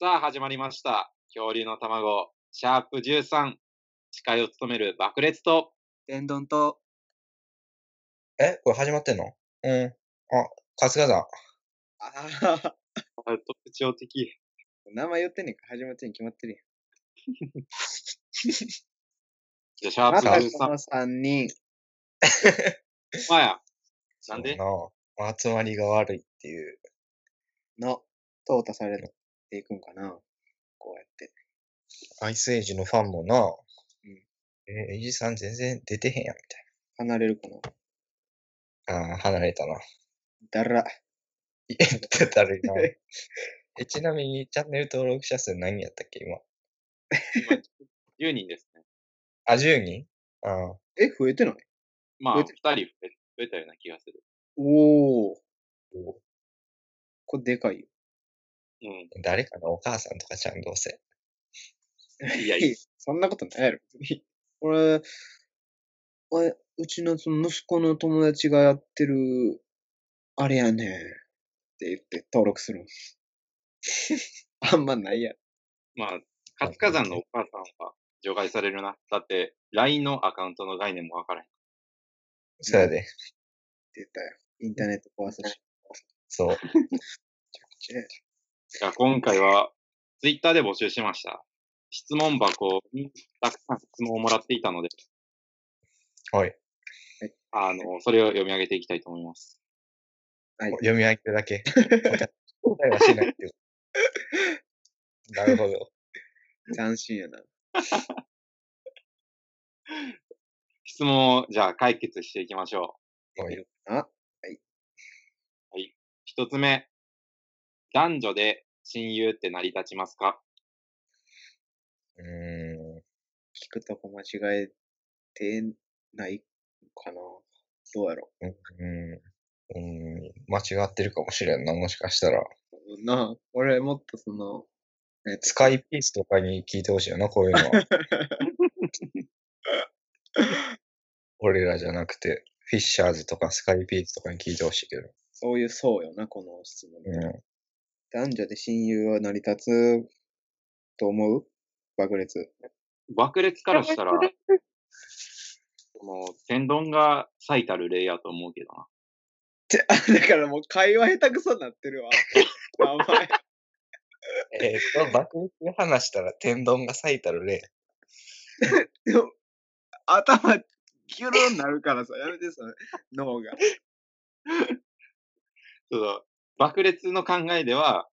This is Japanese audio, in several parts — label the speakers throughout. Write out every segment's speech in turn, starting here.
Speaker 1: さあ、始まりました。恐竜の卵、シャープ13。司会を務める爆裂と、
Speaker 2: 天丼と、
Speaker 3: えこれ始まってんのうん。あ、春日さん。
Speaker 2: あはは
Speaker 1: あ特徴的。
Speaker 2: 名前言ってんねんから始まってんに決まってる
Speaker 1: じゃあ、シャ
Speaker 2: やん。
Speaker 1: ー
Speaker 2: ま
Speaker 1: プ
Speaker 2: たこ
Speaker 1: 13。
Speaker 2: の三人。
Speaker 1: まあや。なんで
Speaker 3: そうな集まりが悪いっていう。
Speaker 2: の、淘汰されていくんかな。こうやって。
Speaker 3: アイスエイジのファンもな。
Speaker 2: ん
Speaker 3: え、エイジさん全然出てへんやん、み
Speaker 2: 離れるかな。
Speaker 3: たいな。ああー、離れたな。
Speaker 2: だら。
Speaker 3: いや、だる いな。え、ちなみにチャンネル登録者数何人やったっけ、今。
Speaker 1: 今10人ですね。
Speaker 3: あ、10人ああ。
Speaker 2: え、増えてない
Speaker 1: まあ、2
Speaker 2: 増え
Speaker 1: 人
Speaker 2: て
Speaker 1: 増え増えたような気がする。
Speaker 2: おー。
Speaker 3: お
Speaker 2: これでかいよ。
Speaker 1: うん。
Speaker 3: 誰かのお母さんとかちゃん、どうせ。
Speaker 1: い やいや
Speaker 2: そんなことないやろ。別に俺、俺、うちのその息子の友達がやってる、あれやねん。って言って登録するん。あんまないやろ。
Speaker 1: まあ、活火山のお母さんは除外されるな。だって、LINE のアカウントの概念もわからへん。
Speaker 3: そうやで。
Speaker 2: って言ったよ。インターネット壊すし。
Speaker 3: そう。
Speaker 1: じゃあ、今回は、Twitter で募集しました。質問箱にたくさん質問をもらっていたので、
Speaker 3: はい。
Speaker 1: あの、それを読み上げていきたいと思います。
Speaker 2: はい。
Speaker 3: 読み上げる だけ。答えはしないっていう。 なるほど。
Speaker 2: 斬新やな。
Speaker 1: 質問を、じゃあ、解決していきましょう。
Speaker 3: はい
Speaker 2: あ
Speaker 1: 一つ目、男女で親友って成り立ちますか
Speaker 3: うーん。
Speaker 2: 聞くとこ間違えてないかな。どうやろ
Speaker 3: うん。うん。間違ってるかもしれんな、もしかしたら。
Speaker 2: う。なあ、俺もっとその、えっと
Speaker 3: スカイピースとかに聞いてほしいよな、こう いうのは。俺らじゃなくて、フィッシャーズとかスカイピースとかに聞いてほしいけど。
Speaker 2: そういうそうよな、この質問。
Speaker 3: うん。
Speaker 2: 男女で親友は成り立つと思う爆裂。
Speaker 1: 爆裂からしたら、この、天丼が最たる例やと思うけどな。
Speaker 2: てあだからもう会話下手くそになって るわ。名前。
Speaker 3: えっと、爆撃で話したら天丼が最たる例。
Speaker 2: でも頭、ギュルンなるからさ、やめてさ、脳が。
Speaker 1: そうだ爆裂の考えでは、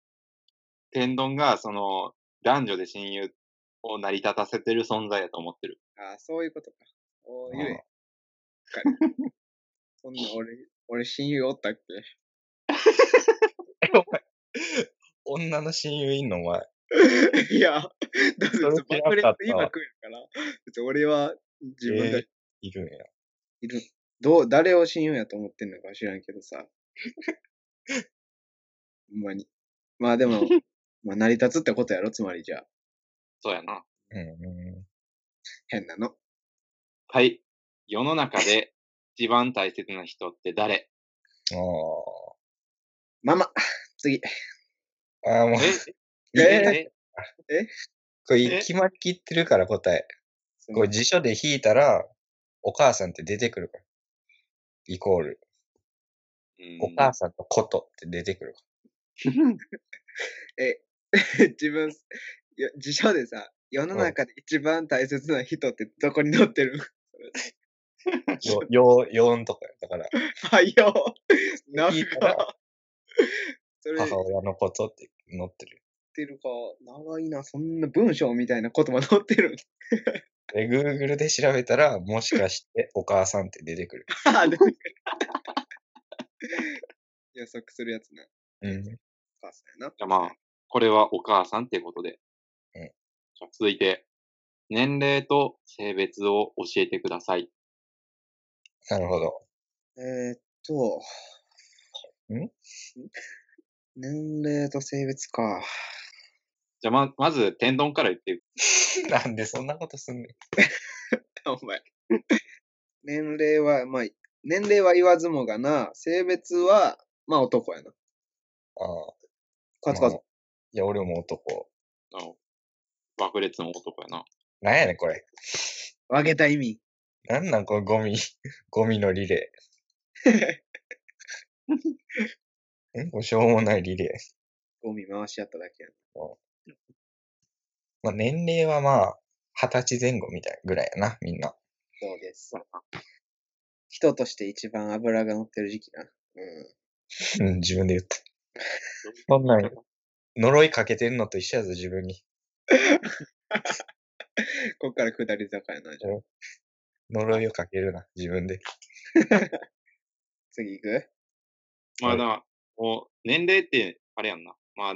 Speaker 1: 天丼が、その、男女で親友を成り立たせてる存在やと思ってる。
Speaker 2: ああ、そういうことか。おう言
Speaker 3: うん
Speaker 2: え。そんな俺、俺親友おったっけ
Speaker 3: 女の親友いんの、お前。
Speaker 2: いや、だって
Speaker 3: それ知ら
Speaker 2: 爆
Speaker 3: ん
Speaker 2: 裂
Speaker 3: かった
Speaker 2: 今来るから、別に俺は自分
Speaker 3: え
Speaker 2: で
Speaker 3: ーいるんや。
Speaker 2: いる、どう、誰を親友やと思ってんのか知らんけどさ。 ほんまに。まあで も、まあ成り立つってことやろ、つまりじゃあ。
Speaker 1: そうやな。
Speaker 3: うんう
Speaker 2: 変なの。
Speaker 1: はい。世の中で一番大切な人って誰
Speaker 3: ん。あ
Speaker 2: ママ、次。
Speaker 3: あ。ああ、もう、
Speaker 1: え
Speaker 2: え
Speaker 1: え
Speaker 3: これ
Speaker 1: え
Speaker 3: 決まりきってるから答え。
Speaker 2: その
Speaker 3: これ辞書で引いたら、お母さんって出てくるから。イコール、
Speaker 1: うん
Speaker 3: お母さんのことって出てくるか
Speaker 2: え、 自分、よ辞書でさ、世の中で一番大切な人ってどこに載ってる
Speaker 3: ら。よ、よ、よんとかや。だから、
Speaker 2: はよ。なん
Speaker 3: いいから
Speaker 2: か、それ、
Speaker 3: 母親のことって載ってる。
Speaker 2: ってるか、長いな、そんな文章みたいな言葉載ってる。
Speaker 3: で、Google で調べたら、もし かしてお母さんって出てくる。
Speaker 2: ああ、出て くる予測するやつな。
Speaker 3: うん。
Speaker 2: お母さんやな。
Speaker 1: じゃあまあ、これはお母さんってことで。
Speaker 3: うん
Speaker 1: じゃあ続いて、年齢と性別を教えてください。
Speaker 3: なるほど。
Speaker 2: えー、っと。
Speaker 3: ん
Speaker 2: 年齢と性別か。
Speaker 1: じゃあま、まず、天丼から言っていく。
Speaker 3: なんでそんなことすんねん。
Speaker 2: お前。 年齢は、まあ、年齢は言わずもがな、性別は、まあ男やな。
Speaker 3: ああ。
Speaker 2: カツカツ
Speaker 3: まあ。いや、俺も男。
Speaker 1: の爆裂の男やな。
Speaker 3: なんやねん、これ。
Speaker 2: 分けた意味。
Speaker 3: なんなん、このゴミ、 ゴミのリレ ー。んこれしょうもないリレー。
Speaker 2: ゴミ回し合っただけや
Speaker 3: まあ、年齢はまあ、二十歳前後みたいぐらいやな、みんな。
Speaker 2: な。そうです。人として一番脂が乗ってる時期な。うん。
Speaker 3: うん自分で言った。 そんなん、呪いかけてんのと一緒やぞ、自分に。
Speaker 2: こっから下り坂やな。じゃあ
Speaker 3: 呪いをかけるな、自分で。
Speaker 2: 次行く
Speaker 1: ま
Speaker 3: は
Speaker 1: あ
Speaker 3: い
Speaker 1: だから、もう、年齢って、あれやんな。まあ、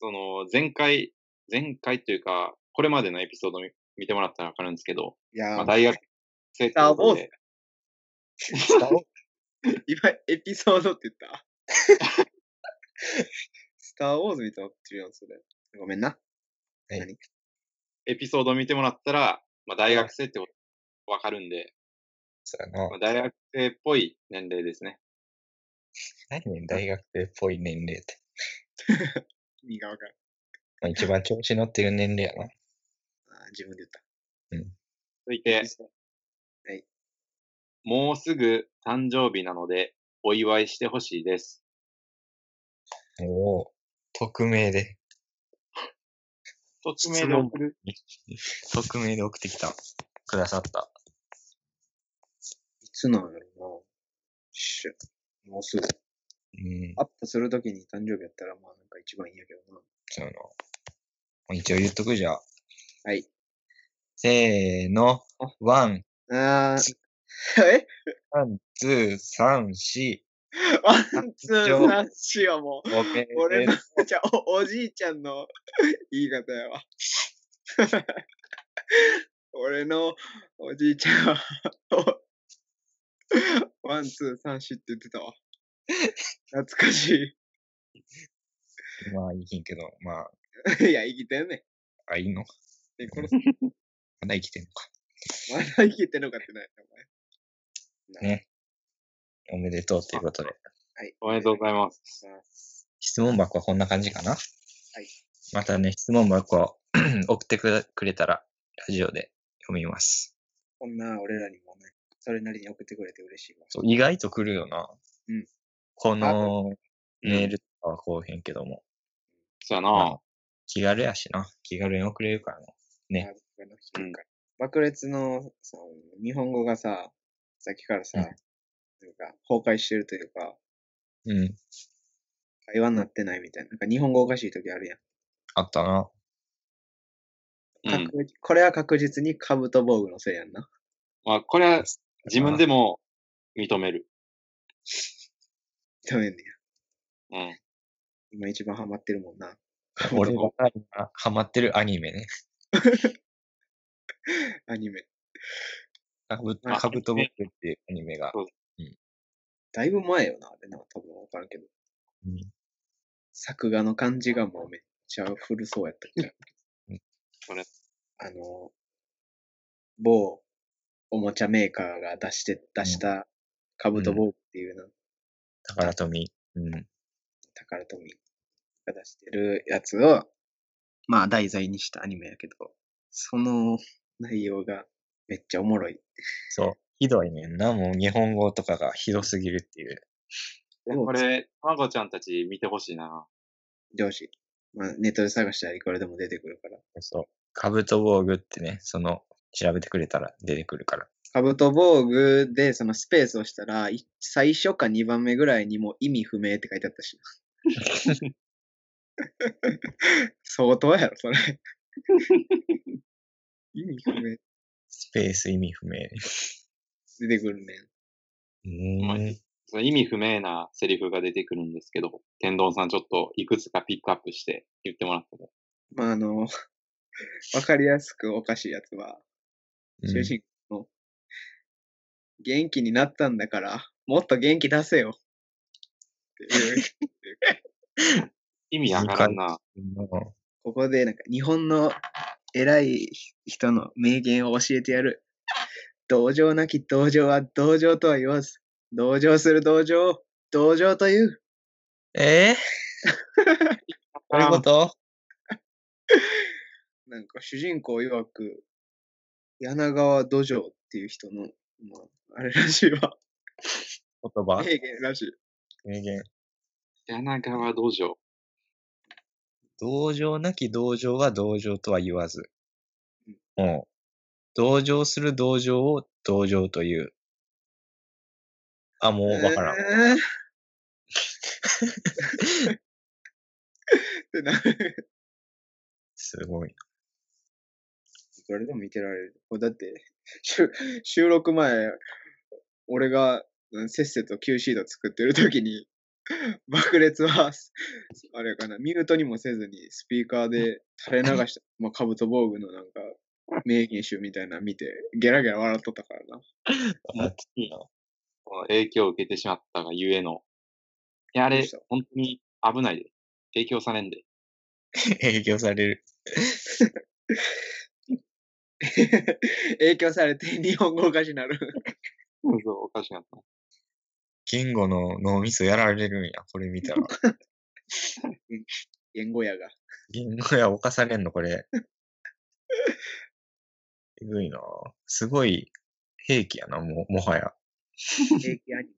Speaker 1: その、前回、前回というか、これまでのエピソード見見てもらったらわかるんですけど、
Speaker 2: いやー
Speaker 1: まあ、大学生って
Speaker 2: あ
Speaker 1: こ
Speaker 2: も
Speaker 1: と
Speaker 2: う
Speaker 1: で、
Speaker 3: 伝おう
Speaker 2: 今、エピソードって言ったスター・ウォーズみたいになってるやん、それ。ごめんな。
Speaker 1: エピソード見てもらったら、まあ、大学生ってことわかるんで、
Speaker 3: そうやな
Speaker 1: まあ、大学生っぽい年齢ですね。
Speaker 3: 何ねん大学生っぽい年齢って。
Speaker 2: 意味がわかる。
Speaker 3: まあ、一番調子乗ってる年齢やな。
Speaker 2: あー自分で言った。
Speaker 1: 続いて、もうすぐ誕生日なので、お祝いしてほしいです。
Speaker 3: おお、匿名で。
Speaker 1: 匿名で送る。
Speaker 3: 匿名で送ってきた。くださった。
Speaker 2: いつなんやろな。しゅもうすぐ。
Speaker 3: うん
Speaker 2: ア。ップするときに誕生日やったら、まあなんか一番いいんやけどな。
Speaker 3: そうやな。一応言っとくじゃあ。
Speaker 2: はい。
Speaker 3: せーの。ワン、
Speaker 2: あ
Speaker 3: つ
Speaker 2: ー。 え
Speaker 3: ツー、サン、シ
Speaker 2: ワン、ツ
Speaker 3: 上
Speaker 2: ー、サン、シはも
Speaker 3: ー。おめで
Speaker 2: う、俺の
Speaker 3: とう。、
Speaker 2: じゃあお、おじいちゃんの 言い方やわ。 俺のおじいちゃんは、ワン、ツー、サン、シって言ってたわ。懐かし
Speaker 3: まあ、いいひんけど、まあ、
Speaker 2: い。い や、生きてんね
Speaker 3: あ、いいのか。
Speaker 2: ん。ねこの
Speaker 3: まだ生きてんのか。
Speaker 2: まだ生きてんのかってないお前。
Speaker 3: ねおめでとうということで。
Speaker 2: はい。
Speaker 1: おめでとうございます。
Speaker 2: ます。。
Speaker 3: 質問箱はこんな感じかな。はいまたね、質問箱を 送ってくれくれたら、ラジオで読みます。
Speaker 2: こんな俺らにもね、それなりに送ってくれて嬉しいわ。
Speaker 3: そう意外と来るよな。
Speaker 2: うん。
Speaker 3: こ
Speaker 1: う
Speaker 3: の
Speaker 1: ん
Speaker 3: メールとかはこうへんけども、
Speaker 1: そうや
Speaker 3: ま
Speaker 1: な
Speaker 3: あ。気軽やしな。気軽に送れるからな。ね
Speaker 2: あの低いから爆裂のさ、日本語がさ、さっきからさ、
Speaker 3: うん
Speaker 2: なんか崩壊してるというか、
Speaker 3: うん。
Speaker 2: 会話になってないみたいな。なんか日本語おかしい時あるやん。
Speaker 3: あったな。
Speaker 1: うん。
Speaker 2: 確これは確実にカブト防具のせいやんな。
Speaker 1: まあ、これは自分でも認める。
Speaker 2: 認めんねや。
Speaker 1: うん。
Speaker 2: 今一番ハマってるもんな。
Speaker 3: 俺が今ハマってるアニメね。
Speaker 2: アニメ。
Speaker 3: カブ
Speaker 1: あ
Speaker 3: カブトボックっていうアニメが。
Speaker 2: だいぶ前よな、あれな。多分わからんけど。
Speaker 3: うん
Speaker 2: 作画の感じがもうめっちゃ古そうやったけど。
Speaker 1: それ。
Speaker 2: あの、某おもちゃメーカーが出して、出したカブトボーグっていうな、
Speaker 3: 宝富。うん。
Speaker 2: 宝富が出してるやつを、まあ題材にしたアニメやけど、その内容がめっちゃおもろい。
Speaker 3: そう。ひどいねんな。もう日本語とかがひどすぎるっていう。
Speaker 1: これ、まごちゃんたち見てほしいな。
Speaker 2: 上司。まあネットで探したらいくらでも出てくるから。
Speaker 3: そう。カブト防具ってね、その、調べてくれたら出てくるから。
Speaker 2: カブト防具でそのスペースをしたら、い最初か2番目ぐらいにもう意味不明って書いてあったし。相当やろ、それ。意味不明
Speaker 3: スペース意味不明。
Speaker 2: 出てくるねん。
Speaker 1: まあ
Speaker 3: うん。
Speaker 1: その意味不明なセリフが出てくるんですけど、天丼さんちょっといくつかピックアップして言ってもらっても。
Speaker 2: まあ、あの、わかりやすくおかしいやつは、主人公の、元気になったんだから、もっと元気出せよ。っていう
Speaker 1: 意味わからんな。
Speaker 3: うん
Speaker 2: ここでなんか日本の偉い人の名言を教えてやる。同情なき同情は同情とは言わず、同情する同情を同情という。
Speaker 3: えー、どういうこと
Speaker 2: なんか主人公曰く、柳川土壌っていう人の、まあ、あれらしいわ。
Speaker 3: 言葉
Speaker 2: 名言らしい。
Speaker 3: 名言。
Speaker 1: 柳川道場。
Speaker 3: 同情なき同情は同情とは言わず
Speaker 2: うん。
Speaker 3: もう、同情する同情を同情という。あ、もうわか らん。
Speaker 2: ん。ってなる。
Speaker 3: すごい。
Speaker 2: いくらでも見てられる。これだって、収収録前、俺がうんせっせと Q シート作ってる時に、爆裂は、あれかな、ミュートにもせずにスピーカーで垂れ流した、まあ、カブト防具のなんか、名言集みたいなの見て、ゲラゲラ笑っとったからな。
Speaker 1: もうこの影響を受けてしまったがゆえの。いや、あ
Speaker 2: ど
Speaker 1: れ
Speaker 2: うした、
Speaker 1: 本当に危ないで。影響されんで。
Speaker 3: 影響される。
Speaker 2: 影響されて日本語おかしなる。
Speaker 1: そうそう、おかしくなった。
Speaker 3: 言語の脳みそやられるんや。これ見たら。
Speaker 2: 言語やが。
Speaker 3: 言語や犯されんの、こ れ。えぐいなぁすごい兵器やな、もう、もはや。
Speaker 2: 平気アニ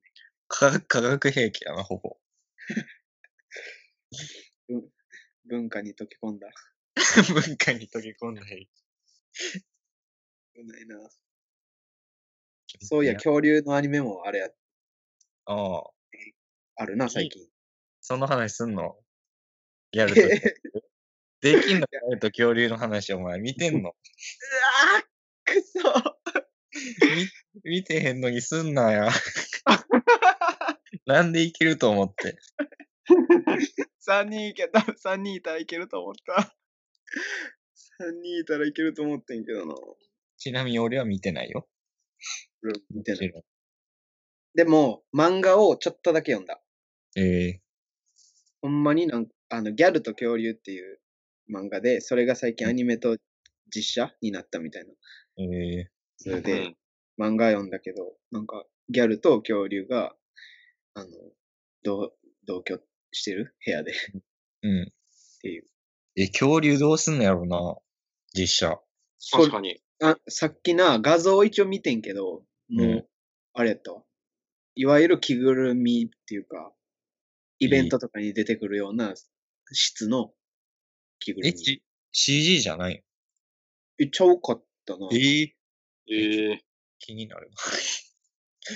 Speaker 3: 科学科学兵器やな、ほぼ。
Speaker 2: メ文化に溶け込んだ。
Speaker 3: 文化に溶け込んだ兵器。
Speaker 2: うないな。そういや、恐竜のアニメもあれや、
Speaker 3: ああ。
Speaker 2: あるな、最近。
Speaker 3: その話すんのやるとき。 できんのやると恐竜の話、お前見てんの
Speaker 2: うわーくそ
Speaker 3: 見てへんのにすん なや。なんでいけると思って。
Speaker 2: !3 人いけた、3人い たらいけると思った。3人いたらいけると思ってんけどな。
Speaker 3: ちなみに俺は見てないよ。
Speaker 2: みたいな。
Speaker 3: い。
Speaker 2: でも、漫画をちょっとだけ読んだ。
Speaker 3: ええ
Speaker 2: ほんまになんあの、ギャルと恐竜っていう漫画で、それが最近アニメと実写になったみたいな。
Speaker 3: ええ
Speaker 2: それ
Speaker 1: う
Speaker 2: で
Speaker 1: ん、
Speaker 2: 漫画読んだけど、なんか、ギャルと恐竜が、あの、同、同居してる部屋で。
Speaker 3: うん。
Speaker 2: ていう。
Speaker 3: え、恐竜どうすんのやろな実写。
Speaker 1: 確かに。
Speaker 2: あ、さっきな、画像を一応見てんけど、もう、
Speaker 3: うん
Speaker 2: あれやったわ。いわゆる着ぐるみっていうか、イベントとかに出てくるような質の着ぐる
Speaker 3: え、
Speaker 2: み。
Speaker 3: ち CG じゃない
Speaker 2: え、ちゃうかったな。
Speaker 3: ええ
Speaker 1: ええ
Speaker 3: 気になる。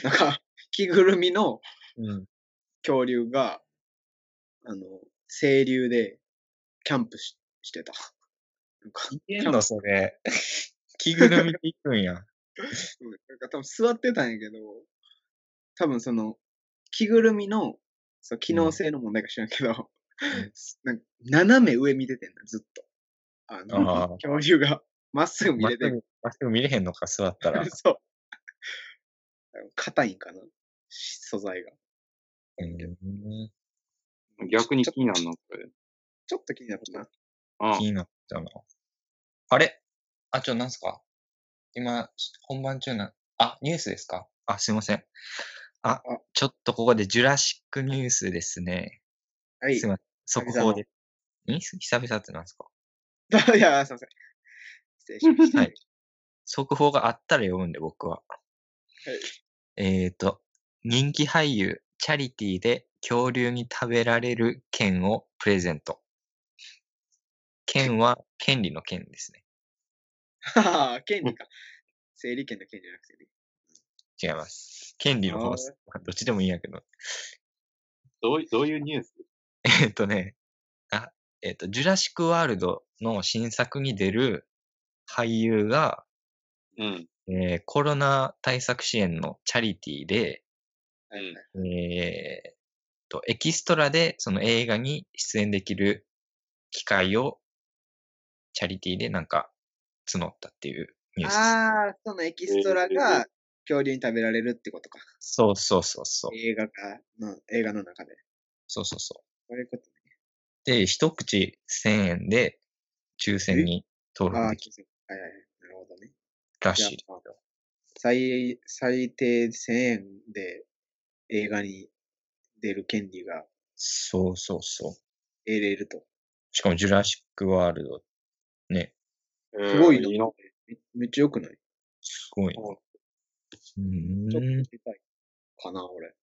Speaker 2: なんか、着ぐるみの
Speaker 3: うん。
Speaker 2: 恐竜が、あの、清流でキャンプししてた。なんか、
Speaker 3: いけんのそれ。 着ぐるみで行くんや。
Speaker 2: うんなんか多分座ってたんやけど、多分その、着ぐるみの、そう、機能性の問題か知らんけど、 なんか斜め上見ててんだ、ずっと。あの、
Speaker 3: あー
Speaker 2: 恐竜が、まっすぐ見
Speaker 3: まっ
Speaker 2: れ
Speaker 3: す
Speaker 2: て
Speaker 3: ぐ
Speaker 2: る。。
Speaker 3: まっすぐ見れへんのか、座ったら
Speaker 2: そう。硬いんかな、し素材が。
Speaker 3: うん
Speaker 1: 逆に気になるのこれ。
Speaker 2: ちょっと気になったな。
Speaker 1: あ
Speaker 3: 気になったな。あれあ、ちょ、なんすか今、し本番中な、あ、ニュースですかあ、すいません。あ、ちょっとここでジュラシックニュースですね。
Speaker 2: はい。
Speaker 3: すいません。
Speaker 2: 久々
Speaker 3: 速
Speaker 2: の
Speaker 3: 報で。ん久々ってなんですか
Speaker 2: いや、すいません。失礼しました。
Speaker 3: はい。速報があったら読むんで、僕は。えっ、と、人気俳優、チャリティーで恐竜に食べられる券をプレゼント。券は権利の券ですね。
Speaker 2: はは権利か。整理券の権じゃなくてね。
Speaker 3: 違います。権利の方です。どっちでもいいんやけど。
Speaker 1: どういどういうニュース
Speaker 3: えっとね、あ、えっと、ジュラシックワールドの新作に出る俳優が、
Speaker 1: うん。
Speaker 3: えーコロナ対策支援のチャリティーで、
Speaker 2: はいはい。
Speaker 3: えーと、エキストラでその映画に出演できる機会をチャリティーでなんか募ったっていうニュースです。
Speaker 2: ああ、そのエキストラが恐竜に食べられるってことか。
Speaker 3: そうそうそうそう。
Speaker 2: 映画かの、映画の中で。
Speaker 3: そうそうそう。
Speaker 2: そういうこと
Speaker 3: で、一口1000円で抽選に登
Speaker 2: ああ、
Speaker 3: 録
Speaker 2: は
Speaker 3: で
Speaker 2: い
Speaker 3: き
Speaker 2: はいはい。なるほどね。
Speaker 3: たら
Speaker 2: じゃ
Speaker 3: しい。
Speaker 2: あ、最、最低1000円で映画に出る権利が
Speaker 3: そうそうそう。
Speaker 2: 得れると。
Speaker 3: しかもジュラシックワールド、ね、
Speaker 1: す
Speaker 2: すごいな
Speaker 1: な。いいの
Speaker 2: めめっちゃ良くない
Speaker 3: すごい。
Speaker 1: うん
Speaker 3: う
Speaker 2: ちょっと
Speaker 3: ん
Speaker 2: 出。たいかな、俺。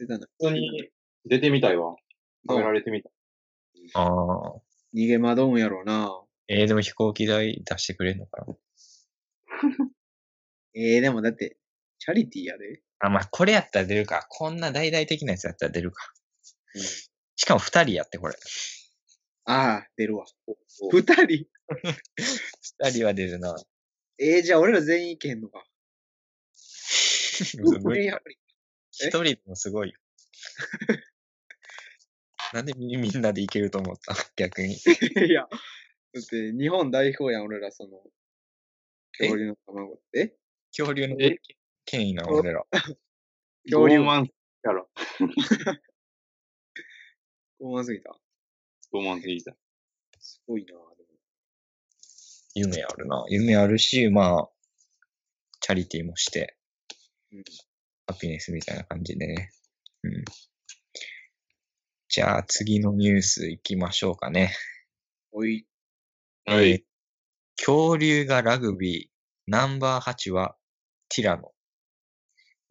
Speaker 2: 出たない。
Speaker 1: 普通に出てみたいわ。食べられてみたい。
Speaker 3: ああ。
Speaker 2: 逃げ惑うんやろうな。
Speaker 3: えー、でも飛行機代出してくれるのかな。
Speaker 2: ええでもだって、チャリティーやで。
Speaker 3: あ、まあ、これやったら出るか。こんな大々的なやつやったら出るか。
Speaker 1: うん
Speaker 3: しかも二人やって、これ。
Speaker 2: ああ、出るわ。
Speaker 1: そう
Speaker 2: 二人
Speaker 3: 二人は 出るな。
Speaker 2: ええじゃあ俺ら全員いけへんのか。
Speaker 3: 無
Speaker 2: 俺
Speaker 3: 理
Speaker 2: やっ
Speaker 3: だ
Speaker 2: ぱり。
Speaker 3: 一人でもすごいよ。 なんでみ みんなでいけると思った 逆に。
Speaker 2: い や、だって日本代表やん、俺らその、
Speaker 3: え
Speaker 2: 恐竜の卵って。
Speaker 3: 恐竜の
Speaker 1: え
Speaker 3: 権威な俺ら。
Speaker 2: 恐竜
Speaker 1: 傲慢やろ。
Speaker 2: ごまずぎた。
Speaker 1: 傲慢すぎた。
Speaker 2: すごいなでも
Speaker 3: 夢あるな。夢あるし、まあ、チャリティーもして、
Speaker 2: うん
Speaker 3: ハピネスみたいな感じでね。うん。じゃあ次のニュース行きましょうかね。
Speaker 2: おい、
Speaker 1: は
Speaker 3: えー。恐竜がラグビー、ナンバー8はティラノ。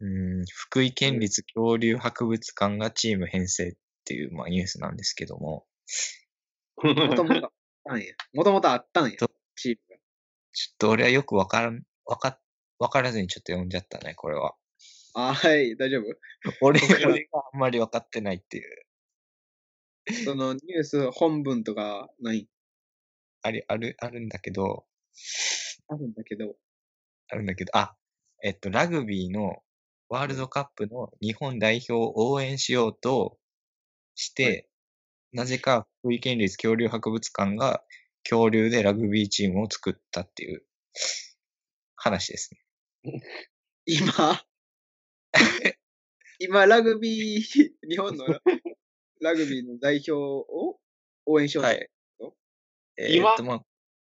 Speaker 3: うーん福井県立恐竜博物館がチーム編成っていう、まあ、ニュースなんですけども、
Speaker 2: も ともとあったんや。もともとあったんや
Speaker 3: と。
Speaker 2: チームが。
Speaker 3: ちょっと俺はよくわからん、わか、わからずにちょっと読んじゃったね、これは。
Speaker 2: あーはい、大丈夫
Speaker 3: 俺
Speaker 2: わからん
Speaker 3: 俺があんまり分かってないっていう。
Speaker 2: そのニュース本文とかない、
Speaker 3: あれ、ある、あるんだけど、
Speaker 2: あるんだけど。
Speaker 3: あるんだけど、あ、えっと、ラグビーのワールドカップの日本代表を応援しようとして、なぜか福井県立恐竜博物館が恐竜でラグビーチームを作ったっていう話ですね。
Speaker 2: 今 今、ラグ ビー、日本のラグビーの代表を応援しようと。
Speaker 3: はいえー
Speaker 1: 今
Speaker 3: っと、まあ、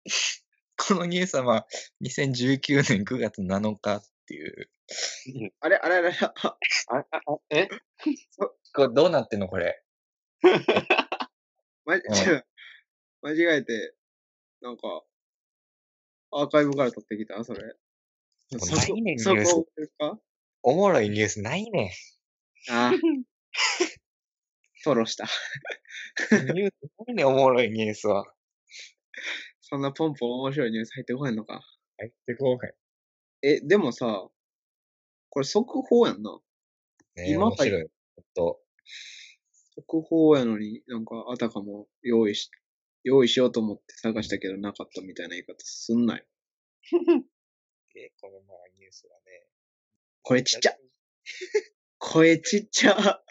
Speaker 3: このニュースは、まあ、2019年9月7日っていう。
Speaker 2: あれあれあれあ
Speaker 1: あああえ
Speaker 3: これどうなってんのこれ。
Speaker 2: ま、間違えて、なんか、アーカイブから撮ってきたそれ。
Speaker 3: もう
Speaker 2: そ
Speaker 3: ないねん
Speaker 2: そ
Speaker 3: ニュース
Speaker 2: そこか
Speaker 3: おもろいニュースないねん。
Speaker 2: ああ。トロした。
Speaker 3: ニュース、なんでおもろいニュースは。
Speaker 2: そんなポンポン面白いニュース入ってこへんのか。
Speaker 3: 入ってこうへ
Speaker 2: え、でもさ、これ速報やんな。
Speaker 3: ん。ねえ、
Speaker 2: 今
Speaker 3: 面白い。ちょっと、
Speaker 2: 速報やのになんかあたかも用意し、用意しようと思って探したけどなかったみたいな言い方すんなよ。
Speaker 3: えこのまあニュースはね。
Speaker 2: これちっちゃ。声ちっちゃ。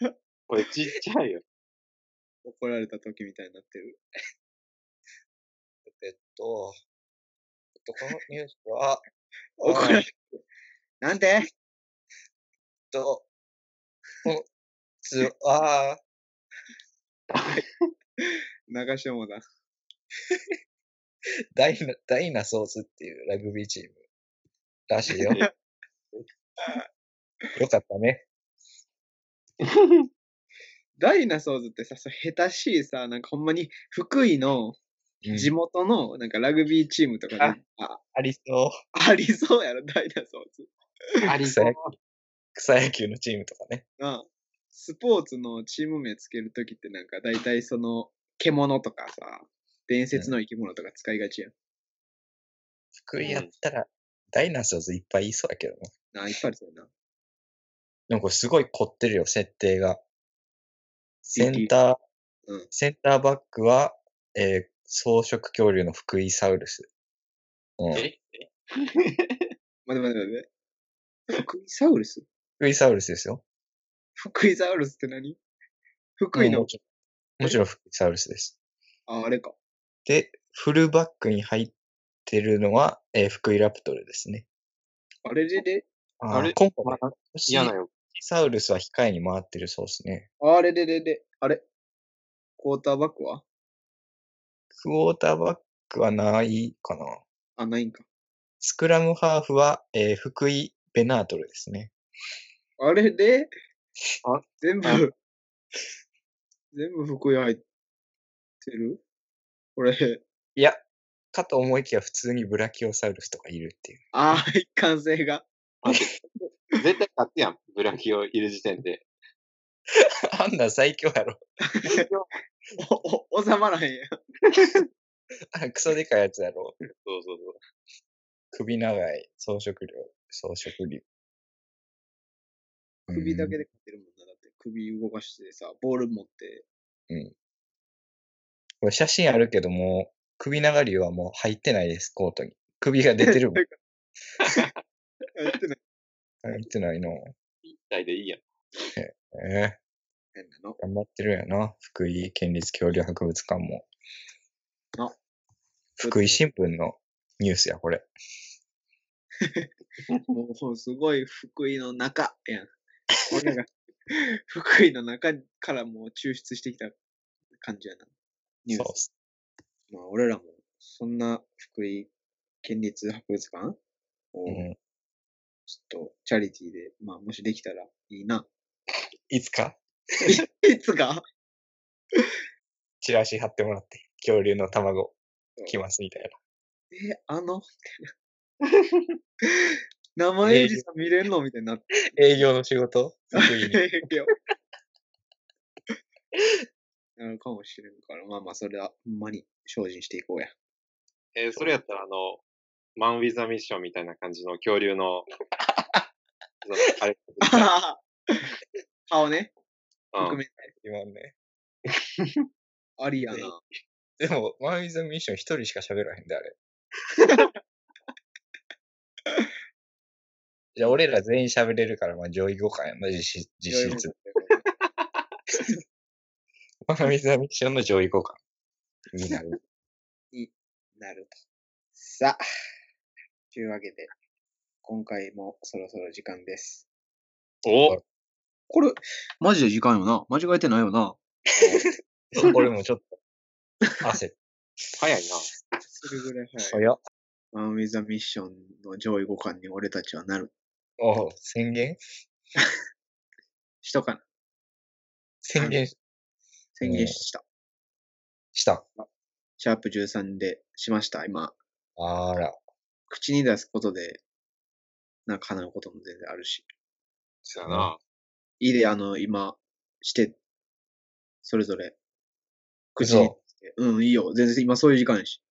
Speaker 1: これちっちゃいよ。
Speaker 2: 怒られた時みたいになってる。
Speaker 3: えっと、えっと、このニュース は、
Speaker 2: 怒ら
Speaker 3: え
Speaker 2: れ
Speaker 3: ー
Speaker 2: る。なんて
Speaker 3: っと、こつ、あ
Speaker 2: 流しもだ。
Speaker 3: ー ダイナ、ダイナソースっていうラグビーチームらしいよ。 よかったね。
Speaker 2: ダイナソーズってさ、そう下手しいさ、なんかほんまに福井の地
Speaker 3: 分
Speaker 2: 元のなんかラグビーチームとかで、あ
Speaker 3: ありそう。
Speaker 2: ありそうやろ、ダイナソーズ。
Speaker 1: ありそう。
Speaker 3: 草野球のチームとかね。
Speaker 2: なあスポーツのチーム名つけるときってなんか大体その獣とかさ、伝説の生き物とか使いがちやん。
Speaker 3: 福井やったら、ダイナソーズいっぱいいそうやけどな。
Speaker 2: なあ、いっぱいあるそうやな。
Speaker 3: なんかすごい凝ってるよ、設定が。セ
Speaker 2: CT
Speaker 3: ンター、
Speaker 2: うん
Speaker 3: センターバックは、えー、草食恐竜の福井サウルス。うん、
Speaker 1: え
Speaker 2: 待て待て待て。福井サウルス
Speaker 3: 福井サウルスですよ。
Speaker 2: 福井サウルスって何福井
Speaker 3: うん
Speaker 2: の
Speaker 3: も、ちろんもちろん福井サウルスです。
Speaker 2: あ、あれか。
Speaker 3: で、フルバックに入ってるのは、えー福井ラプトルですね。
Speaker 2: あれれれ
Speaker 3: あー
Speaker 1: あれ
Speaker 3: 今回
Speaker 1: ま、あ嫌な
Speaker 3: 嫌な
Speaker 1: よ。
Speaker 3: サウルスは控えに回ってるそうですね。
Speaker 2: あれれれれあれクォーターバックは
Speaker 3: クォーターバックはないかな。
Speaker 2: あ、ないんか。
Speaker 3: スクラムハーフは、えー福井ベナートルですね。
Speaker 2: あれで
Speaker 1: あ
Speaker 2: 全
Speaker 1: あ
Speaker 2: 部、全部福井入ってるこれ、
Speaker 3: いや、かと思いきや普通にブラキオサウルスとかいるっていう。
Speaker 2: ああ、一貫性が。
Speaker 1: 絶対勝つやん。ブラキオいる時点で。
Speaker 3: あんなん最強やろ。
Speaker 2: お、お、収まらへんやん。
Speaker 3: あのクソでかいやつやろ。
Speaker 1: そうそうそう。
Speaker 3: 首長い、草食量、草食竜。
Speaker 2: 首だけ
Speaker 3: で。
Speaker 2: で勝てるもんな。だって首動かしてさ、ボール持って。
Speaker 3: これ写真あるけども、首長竜はもう入ってないです、コートに。首が出てる もん。
Speaker 2: やってない。
Speaker 3: 入ってないの。
Speaker 1: 一体でいいやん。
Speaker 3: え
Speaker 2: 変な の。
Speaker 3: ー、頑張ってるんやな。福井県立恐竜博物館も。
Speaker 2: な
Speaker 3: 福井新聞のニュースや、これ。
Speaker 2: もうそう、すごい福井の中やん。俺 が福井の中からもう抽出してきた感じやな。ニュ
Speaker 3: そ
Speaker 2: ー
Speaker 3: うっ
Speaker 2: ス。
Speaker 3: す。
Speaker 2: まあ、俺らも、そんな福井県立博物館を、
Speaker 3: うん。
Speaker 2: ちょっと、チャリティーで、まあ、もしできたらいいな。
Speaker 3: いつか
Speaker 2: いつか
Speaker 3: チラシ貼ってもらって、恐竜の卵来ますみたいな。
Speaker 2: え、あのみたいな。生エビさん見れんのみたいになって
Speaker 3: 営業の仕事福井に。
Speaker 2: よ。 なるかもしれんから、まあまあ、それは、ほんまに精進してい こうや。
Speaker 1: えーそれやったら、あの、マン・ウィザ・ミッションみたいな感じの恐竜の、そのあれ、
Speaker 2: 顔ね、
Speaker 1: う
Speaker 2: 含
Speaker 1: ん、
Speaker 2: めて、
Speaker 3: 今ね。
Speaker 2: ありやな
Speaker 1: ぜ。
Speaker 3: でも、マン・ウィズ・ミッション一人しか喋らへんで、あ れ。じゃあ、俺ら全員喋れるから、まあ、上位互換やな、実質。
Speaker 2: いろい
Speaker 3: 実
Speaker 2: ろ
Speaker 3: 質。マン・ウィズ・ミッションの上位互換になる。
Speaker 2: なると。さあ、というわけで、今回もそろそろ時間です。
Speaker 1: お
Speaker 2: これ、マジで時間よな。間違えてないよな。
Speaker 3: 俺もちょっと、汗、
Speaker 1: 早いな。
Speaker 2: それぐらい早い。
Speaker 3: 早っ。
Speaker 2: マン・ウィザ・ミッションの上位互換に俺たちはなる。
Speaker 3: おう宣言
Speaker 2: しとかな。
Speaker 3: 宣言し
Speaker 2: 宣言した。
Speaker 3: した。
Speaker 2: シャープ13でしました、今。
Speaker 3: あら、
Speaker 2: 口に出すことで、なんか叶うことも全然あるし。
Speaker 1: そやな。
Speaker 2: いいで、あの、今、して、それぞれ。口に出
Speaker 3: 嘘。
Speaker 2: して。うん、いいよ。全然今そういう時間やし。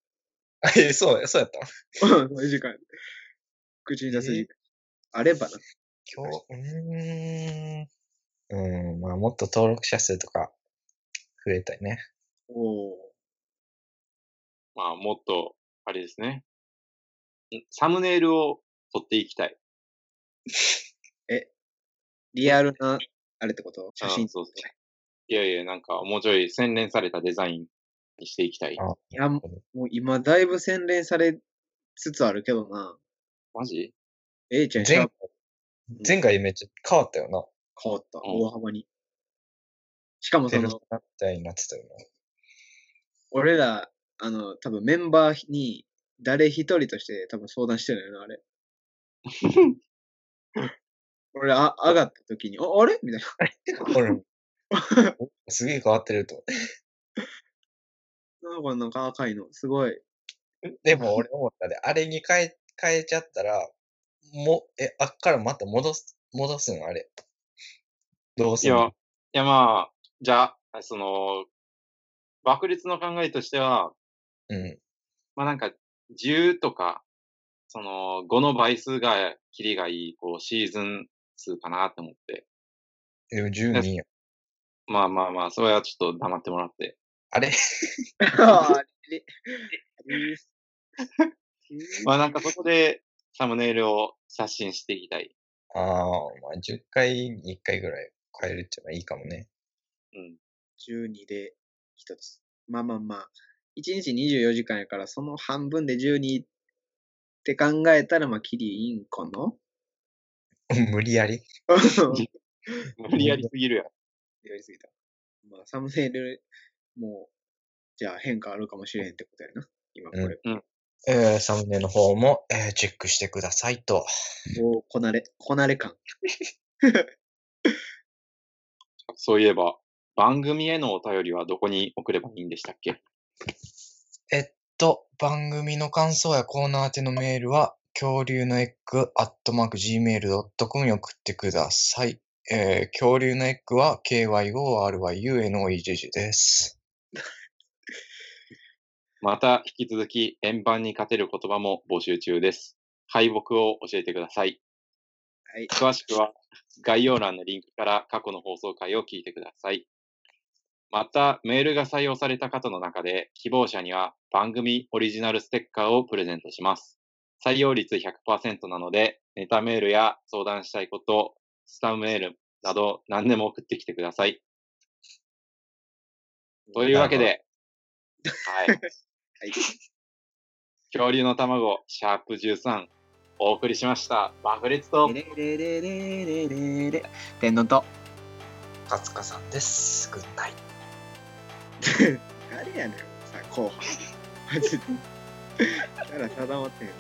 Speaker 3: え、そう、そうやった
Speaker 2: うん、そういう時間。口に出す時間。あればな。
Speaker 3: 今日、うーん。うん、まあ、もっと登録者数とか増えたいね。
Speaker 2: おー
Speaker 1: まあ、もっと、あれですね。んサムネイルを撮っていきたい。
Speaker 2: リアルな、あれってこと写
Speaker 1: う
Speaker 2: 真
Speaker 1: ん。そうそう。いやいや、なんか、もうちょい洗練されたデザインにしていきたい
Speaker 3: あ。
Speaker 2: いや、もう今だいぶ洗練されつつあるけどな。
Speaker 1: マジ
Speaker 2: A ちゃん、シャー
Speaker 3: 前
Speaker 2: プ
Speaker 3: 前回めっちゃ変わったよな。
Speaker 2: 変わった。
Speaker 1: ん
Speaker 2: 大幅に。しかも
Speaker 3: ペ
Speaker 2: そ
Speaker 3: ル
Speaker 2: の
Speaker 3: ソ、ナみたいになってたよ
Speaker 2: 俺ら、あの、多分メンバーに、誰一人として多分相談してるのよな、あ れ。俺、あ、上がった時に、あ、あれみたいな。
Speaker 3: な。俺もおすげえ変わってると
Speaker 2: な
Speaker 3: 思っ
Speaker 2: んか、なんか赤いの、すごい。
Speaker 3: て。でも俺思ったで、あれに変え、変えちゃったら、もう、え、あっからまた戻す、戻すのあれ。どう
Speaker 1: い
Speaker 3: すん
Speaker 1: や、い
Speaker 3: の
Speaker 1: やまあ、じゃあ、その、爆裂の考えとしては、
Speaker 3: うん。
Speaker 1: まあなんか、10とか、その、5の倍数が、キリがいい、こう、シーズン数かなって思って。
Speaker 3: でも10人や。
Speaker 1: まあまあまあ、それはちょっと黙ってもらって。
Speaker 3: あれ
Speaker 2: あれえー
Speaker 1: まあなんかそこで、サムネイルを写真していきたい。
Speaker 3: ああ、まあ10回に1回ぐらい変えるっていうのはいいかもね。
Speaker 1: うん。
Speaker 2: 12で一つ。まあまあまあ、1日24時間やから、その半分で12って考えたら、まあ、キリいいんかな
Speaker 3: 無理やり。
Speaker 1: 無理やりすぎるやん。
Speaker 2: やりすぎた。まあ、サムネイル、もう、じゃあ変化あるかもしれへんってことやな。今これ。
Speaker 3: えー、サムネの方も、えーチェックしてくださいと。
Speaker 2: おーこなれ、こなれ感。
Speaker 1: そういえば、番組へのお便りはどこに送ればいいんでしたっけ
Speaker 3: えっと、番組の感想やコーナー宛てのメールは、恐竜のエッグ、アットマーク、gmail.com に送ってください。えー、恐竜のエッグは、kyogryunoejj です。
Speaker 1: また、引き続き、円盤に勝てる言葉も募集中です。敗北を教えてください。
Speaker 2: はい
Speaker 1: 詳しくは、概要欄のリンクから過去の放送回を聞いてください。また、メールが採用された方の中で、希望者には番組オリジナルステッカーをプレゼントします。採用率100%なので、ネタメールや相談したいこと、スタムメールなど何でも送ってきてください。というわけで、はい。
Speaker 2: はい。
Speaker 1: 恐竜の卵、シャープ13、お送りしました。爆裂と、
Speaker 2: レレレレレレレ。天丼と。
Speaker 3: カツカさんです。グッナイト
Speaker 2: 誰やねん、さ、後半。マジで。ただ定まってんよ。